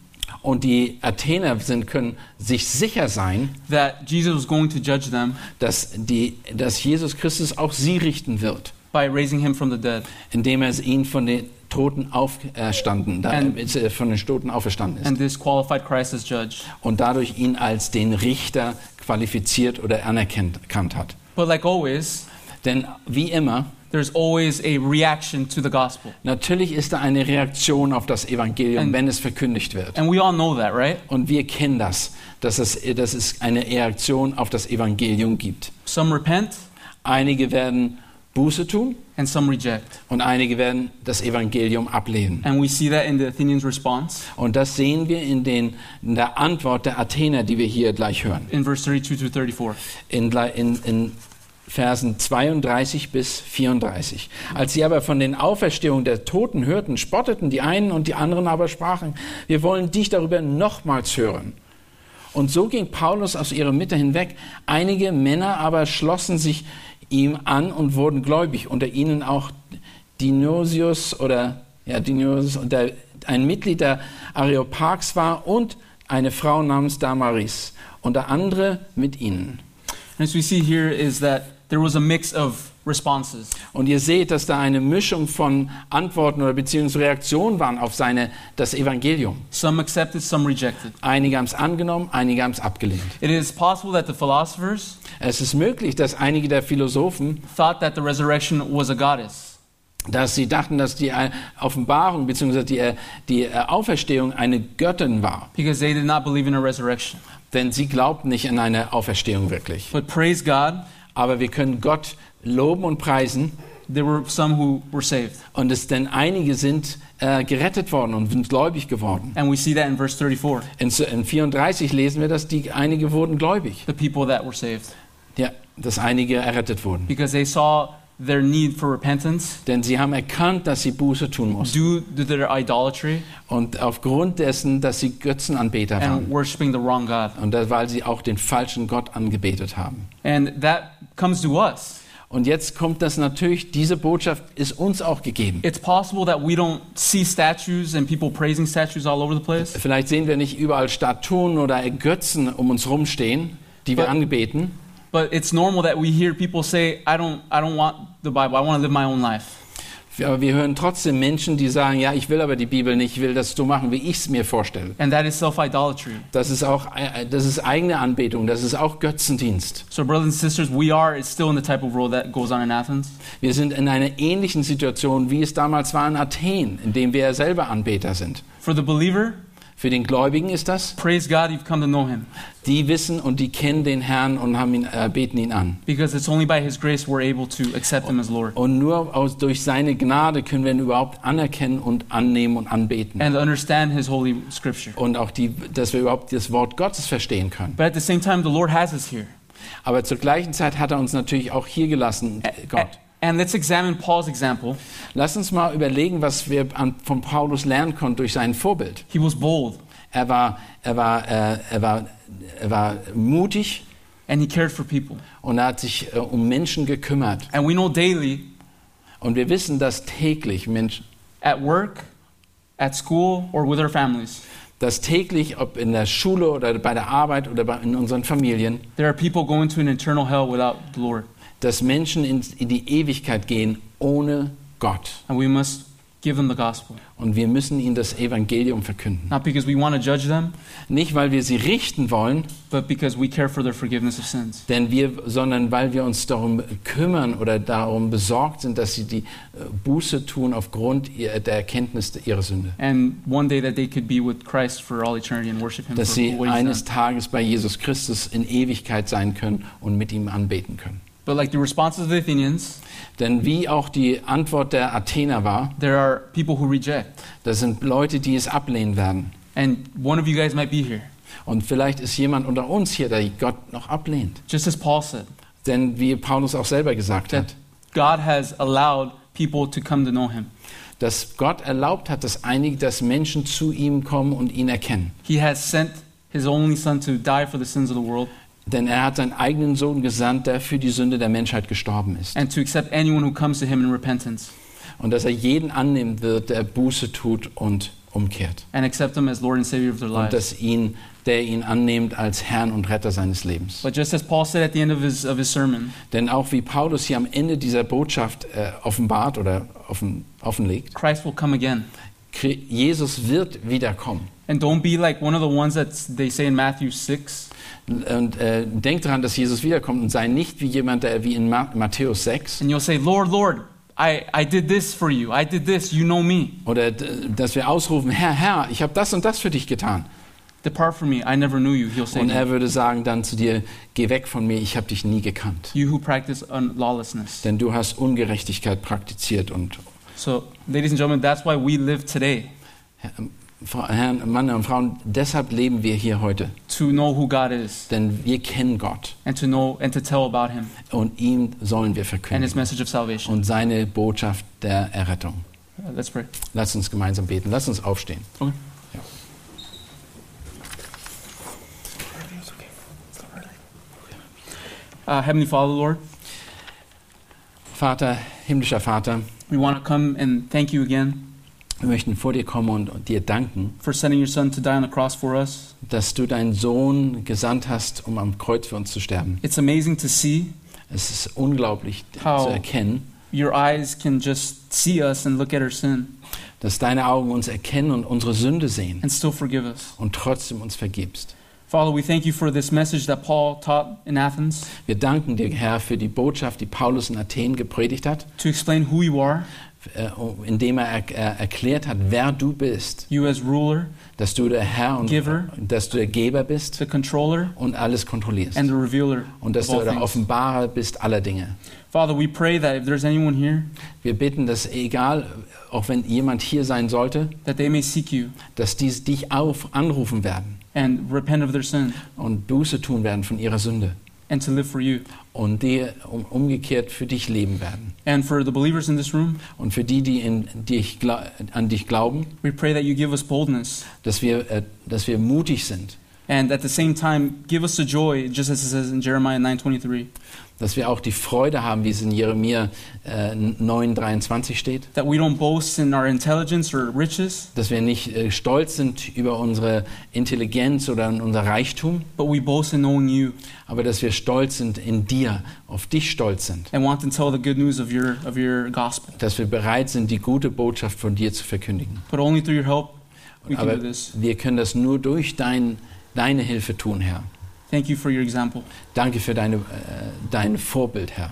[SPEAKER 2] Und die Athener sind, können sich sicher sein,
[SPEAKER 1] that Jesus was going to judge them
[SPEAKER 2] dass, die, dass Jesus Christus auch sie richten wird,
[SPEAKER 1] by raising him from the dead.
[SPEAKER 2] indem er ihn von den Toten auferstanden, da-
[SPEAKER 1] And-
[SPEAKER 2] äh, von den Toten auferstanden ist.
[SPEAKER 1] And this qualified Christ as judge.
[SPEAKER 2] und dadurch ihn als den Richter qualifiziert oder anerkannt erkannt hat.
[SPEAKER 1] But like always,
[SPEAKER 2] Denn wie immer,
[SPEAKER 1] there's always a reaction to the gospel.
[SPEAKER 2] natürlich ist da eine Reaktion auf das Evangelium,
[SPEAKER 1] And-
[SPEAKER 2] wenn es verkündigt wird.
[SPEAKER 1] And we all know that, right?
[SPEAKER 2] Und wir kennen das, dass es, dass es eine Reaktion auf das Evangelium gibt.
[SPEAKER 1] Some repent
[SPEAKER 2] Einige werden Buße tun
[SPEAKER 1] and some reject.
[SPEAKER 2] und einige werden das Evangelium ablehnen.
[SPEAKER 1] And we see that in the Athenians' response
[SPEAKER 2] Und das sehen wir in, den, in der Antwort der Athener, die wir hier gleich hören.
[SPEAKER 1] in verse 32 to 34.
[SPEAKER 2] in, Gle- in, in Versen 32 bis 34. Als sie aber von den Auferstehungen der Toten hörten, spotteten die einen und die anderen aber sprachen, wir wollen dich darüber nochmals hören. Und so ging Paulus aus ihrer Mitte hinweg. Einige Männer aber schlossen sich ihm an und wurden gläubig. Unter ihnen auch Dionysius oder ja, Dionysius, und der, ein Mitglied der Areopags war und eine Frau namens Damaris und der andere mit ihnen.
[SPEAKER 1] And as we see here is that there was a mix of responses.
[SPEAKER 2] Und ihr seht, dass da eine Mischung von Antworten oder beziehungsweise Reaktionen waren auf seine, das Evangelium.
[SPEAKER 1] Some accepted, some rejected.
[SPEAKER 2] Einige haben es angenommen, einige haben es abgelehnt.
[SPEAKER 1] It is possible that the philosophers
[SPEAKER 2] Es ist möglich, dass einige der Philosophen,
[SPEAKER 1] thought that the resurrection was a goddess.
[SPEAKER 2] dass sie dachten, dass die äh, Offenbarung beziehungsweise die, äh, die äh, Auferstehung eine Göttin war.
[SPEAKER 1] because they did not believe in a resurrection.
[SPEAKER 2] Denn sie glaubten nicht an eine Auferstehung wirklich.
[SPEAKER 1] But praise God,
[SPEAKER 2] Aber wir können Gott loben und preisen.
[SPEAKER 1] there were some who were saved.
[SPEAKER 2] Und es denn einige sind äh, gerettet worden und sind gläubig geworden.
[SPEAKER 1] And we see that in verse 34,
[SPEAKER 2] In, S- in 34 lesen wir, dass die einige wurden gläubig.
[SPEAKER 1] the people that were saved,
[SPEAKER 2] Ja, dass einige errettet wurden.
[SPEAKER 1] because they saw their need for repentance
[SPEAKER 2] Denn sie haben erkannt, dass sie Buße tun mussten.
[SPEAKER 1] due to their idolatry
[SPEAKER 2] Und aufgrund dessen, dass sie Götzenanbeter
[SPEAKER 1] and
[SPEAKER 2] waren.
[SPEAKER 1] worshiping the wrong God.
[SPEAKER 2] Und das, weil sie auch den falschen Gott angebetet haben.
[SPEAKER 1] And that comes to us.
[SPEAKER 2] Und jetzt kommt das natürlich, diese Botschaft ist uns auch gegeben.
[SPEAKER 1] It's possible that we don't see statues and people praising statues all over the place,
[SPEAKER 2] Vielleicht sehen wir nicht überall Statuen oder Götzen um uns rumstehen, die wir
[SPEAKER 1] But-
[SPEAKER 2] anbeten.
[SPEAKER 1] but it's normal that we hear people say, I don't, I don't want the Bible, I want to live my own life.
[SPEAKER 2] Aber wir hören trotzdem Menschen, die sagen, ja, ich will aber die Bibel nicht, ich will das so machen, wie ich es mir vorstelle.
[SPEAKER 1] And that is self idolatry.
[SPEAKER 2] Das ist auch äh, das ist eigene Anbetung, das ist auch Götzendienst.
[SPEAKER 1] So, brothers and sisters, we are it's still in the type of world that goes on in Athens.
[SPEAKER 2] Wir sind in einer ähnlichen Situation, wie es damals war in Athen, in dem wir ja selber Anbeter sind.
[SPEAKER 1] For the believer,
[SPEAKER 2] Für den Gläubigen ist das,
[SPEAKER 1] praise God you've come to know him
[SPEAKER 2] die wissen und die kennen den Herrn und haben ihn, äh, beten ihn an.
[SPEAKER 1] because it's only by his grace we're able to accept him as Lord
[SPEAKER 2] Und nur aus, durch seine Gnade können wir ihn überhaupt anerkennen und annehmen und anbeten.
[SPEAKER 1] and understand his holy scripture.
[SPEAKER 2] Und auch, die, dass wir überhaupt das Wort Gottes verstehen können.
[SPEAKER 1] But at the same time, the Lord has us here.
[SPEAKER 2] Aber zur gleichen Zeit hat er uns natürlich auch hier gelassen, Gott.
[SPEAKER 1] And let's examine Paul's example.
[SPEAKER 2] Lass uns mal überlegen, was wir an, von Paulus lernen konnten durch sein Vorbild.
[SPEAKER 1] He was bold
[SPEAKER 2] Er war, er war, äh, er war, er war mutig
[SPEAKER 1] and he cared for people.
[SPEAKER 2] und er hat sich äh, um Menschen gekümmert.
[SPEAKER 1] And we know daily
[SPEAKER 2] Und wir wissen, dass täglich Menschen,
[SPEAKER 1] at work, at school, or with our families,
[SPEAKER 2] dass täglich, ob in der Schule oder bei der Arbeit oder bei, in unseren Familien,
[SPEAKER 1] there are people going to an eternal hell without the Lord.
[SPEAKER 2] dass Menschen in, in die Ewigkeit gehen ohne Gott.
[SPEAKER 1] And we must give them the gospel.
[SPEAKER 2] Und wir müssen ihnen das Evangelium verkünden.
[SPEAKER 1] Not because we want to judge them,
[SPEAKER 2] Nicht, weil wir sie richten wollen,
[SPEAKER 1] but because we care for their forgiveness of sins.
[SPEAKER 2] denn wir, sondern weil wir uns darum kümmern oder darum besorgt sind, dass sie die äh, Buße tun aufgrund ihr- der Erkenntnis ihrer Sünde.
[SPEAKER 1] And one day that they could be with Christ for all eternity and worship Him
[SPEAKER 2] Dass
[SPEAKER 1] for
[SPEAKER 2] sie
[SPEAKER 1] what He's
[SPEAKER 2] eines
[SPEAKER 1] done.
[SPEAKER 2] Tages bei Jesus Christus in Ewigkeit sein können und mit ihm anbeten können.
[SPEAKER 1] But like the responses of the Athenians,
[SPEAKER 2] Denn wie auch die Antwort der Athener war,
[SPEAKER 1] there are people who reject.
[SPEAKER 2] das sind Leute, die es ablehnen werden.
[SPEAKER 1] And one of you guys might be here,
[SPEAKER 2] Und vielleicht ist jemand unter uns hier, der Gott noch ablehnt.
[SPEAKER 1] just as Paul said,
[SPEAKER 2] Denn wie Paulus auch selber gesagt
[SPEAKER 1] that
[SPEAKER 2] hat,
[SPEAKER 1] God has allowed people to come to know Him.
[SPEAKER 2] dass Gott erlaubt hat, dass einige, dass Menschen zu ihm kommen und ihn erkennen.
[SPEAKER 1] He has sent His only Son to die for the sins of the world
[SPEAKER 2] Denn er hat seinen eigenen Sohn gesandt, der für die Sünde der Menschheit gestorben ist.
[SPEAKER 1] and to accept anyone who comes to Him in repentance
[SPEAKER 2] Und dass er jeden annehmen wird, der Buße tut und umkehrt.
[SPEAKER 1] and accept Him as Lord and Savior of their
[SPEAKER 2] Und
[SPEAKER 1] lives.
[SPEAKER 2] dass ihn, der ihn annimmt als Herrn und Retter seines Lebens.
[SPEAKER 1] But just as Paul said at the end of his, of his sermon,
[SPEAKER 2] Denn auch wie Paulus hier am Ende dieser Botschaft äh, offenbart oder offen, offenlegt,
[SPEAKER 1] Christ will come again.
[SPEAKER 2] Kri- Jesus wird wiederkommen.
[SPEAKER 1] And don't be like one of the ones that they say in Matthew 6
[SPEAKER 2] Und äh, denkt daran, dass Jesus wiederkommt und sei nicht wie jemand, der wie in Ma Matthäus 6
[SPEAKER 1] and you'll say, Lord, Lord, I, I did this for you. I did this. You know me.
[SPEAKER 2] oder d- dass wir ausrufen, Herr, Herr, ich habe das und das für dich getan.
[SPEAKER 1] Depart from me. I never knew you. He'll say,
[SPEAKER 2] Und
[SPEAKER 1] to you,
[SPEAKER 2] er würde sagen dann zu dir, geh weg von mir, ich habe dich nie gekannt.
[SPEAKER 1] You who practice un- lawlessness.
[SPEAKER 2] Denn du hast Ungerechtigkeit praktiziert und
[SPEAKER 1] So, ladies and gentlemen, that's why we live today
[SPEAKER 2] Fra- Herren, Männer und Frauen, deshalb leben wir hier heute.
[SPEAKER 1] to know who God is
[SPEAKER 2] Denn wir kennen Gott
[SPEAKER 1] and to know and to tell about Him
[SPEAKER 2] und ihm sollen wir
[SPEAKER 1] and His
[SPEAKER 2] verkünden.
[SPEAKER 1] message of salvation.
[SPEAKER 2] Und seine Botschaft der Errettung.
[SPEAKER 1] Uh, Let's pray.
[SPEAKER 2] Lass uns gemeinsam beten, lass uns aufstehen.
[SPEAKER 1] Okay. Uh, Heavenly Father, Lord,
[SPEAKER 2] Vater, himmlischer Vater,
[SPEAKER 1] we want to come and thank you again
[SPEAKER 2] wir möchten vor dir kommen und, und dir danken,
[SPEAKER 1] for sending your Son to die on the cross for us.
[SPEAKER 2] dass du deinen Sohn gesandt hast, um am Kreuz für uns zu sterben.
[SPEAKER 1] It's amazing to see
[SPEAKER 2] Es Es ist unglaublich
[SPEAKER 1] How-
[SPEAKER 2] zu erkennen,
[SPEAKER 1] Your eyes can just see us and look at our sin
[SPEAKER 2] dass deine Augen uns erkennen und unsere Sünde sehen
[SPEAKER 1] and still forgive us.
[SPEAKER 2] und trotzdem uns vergibst.
[SPEAKER 1] Father, we thank you for this message that Paul taught in Athens
[SPEAKER 2] Wir danken dir, Herr, für die Botschaft, die Paulus in Athen gepredigt hat,
[SPEAKER 1] to explain who you are,
[SPEAKER 2] äh, indem er er er erklärt hat, wer du bist,
[SPEAKER 1] you as ruler,
[SPEAKER 2] dass du der Herr und
[SPEAKER 1] Giver.
[SPEAKER 2] dass du der Geber bist
[SPEAKER 1] the controller,
[SPEAKER 2] und alles kontrollierst
[SPEAKER 1] and the revealer
[SPEAKER 2] und dass
[SPEAKER 1] of
[SPEAKER 2] du
[SPEAKER 1] all
[SPEAKER 2] der
[SPEAKER 1] things.
[SPEAKER 2] Offenbarer bist aller Dinge.
[SPEAKER 1] Father, we pray that if there's anyone here,
[SPEAKER 2] Wir bitten, dass egal, auch wenn jemand hier sein sollte,
[SPEAKER 1] that they may seek you
[SPEAKER 2] dass die dich auf anrufen werden
[SPEAKER 1] and repent of their sin
[SPEAKER 2] und Buße tun werden von ihrer Sünde
[SPEAKER 1] and to live for you.
[SPEAKER 2] und die um, umgekehrt für dich leben werden.
[SPEAKER 1] And for the believers in this room,
[SPEAKER 2] Und für die, die in dich, gla- an dich glauben,
[SPEAKER 1] we pray that you give us boldness
[SPEAKER 2] dass wir, äh, dass wir mutig sind,
[SPEAKER 1] and at the same time give us the joy, just as it says in Jeremiah 9:23,
[SPEAKER 2] dass wir auch die Freude haben, wie es in Jeremia äh, 9,23 steht,
[SPEAKER 1] that we don't boast in our intelligence or riches,
[SPEAKER 2] dass wir nicht äh, stolz sind über unsere Intelligenz oder in unser Reichtum,
[SPEAKER 1] but we boast in knowing you
[SPEAKER 2] aber dass wir stolz sind in dir, auf dich stolz sind.
[SPEAKER 1] and want to tell the good news of your of your gospel.
[SPEAKER 2] dass wir bereit sind, die gute Botschaft von dir zu verkündigen.
[SPEAKER 1] But only through your help we can
[SPEAKER 2] Aber
[SPEAKER 1] do this.
[SPEAKER 2] wir können das nur durch dein, deine Hilfe tun, Herr.
[SPEAKER 1] Thank you for your example.
[SPEAKER 2] Danke für deine, äh, dein Vorbild, Herr.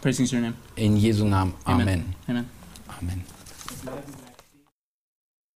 [SPEAKER 1] Praise to your name.
[SPEAKER 2] In Jesu Namen. Amen.
[SPEAKER 1] Amen.
[SPEAKER 2] Amen.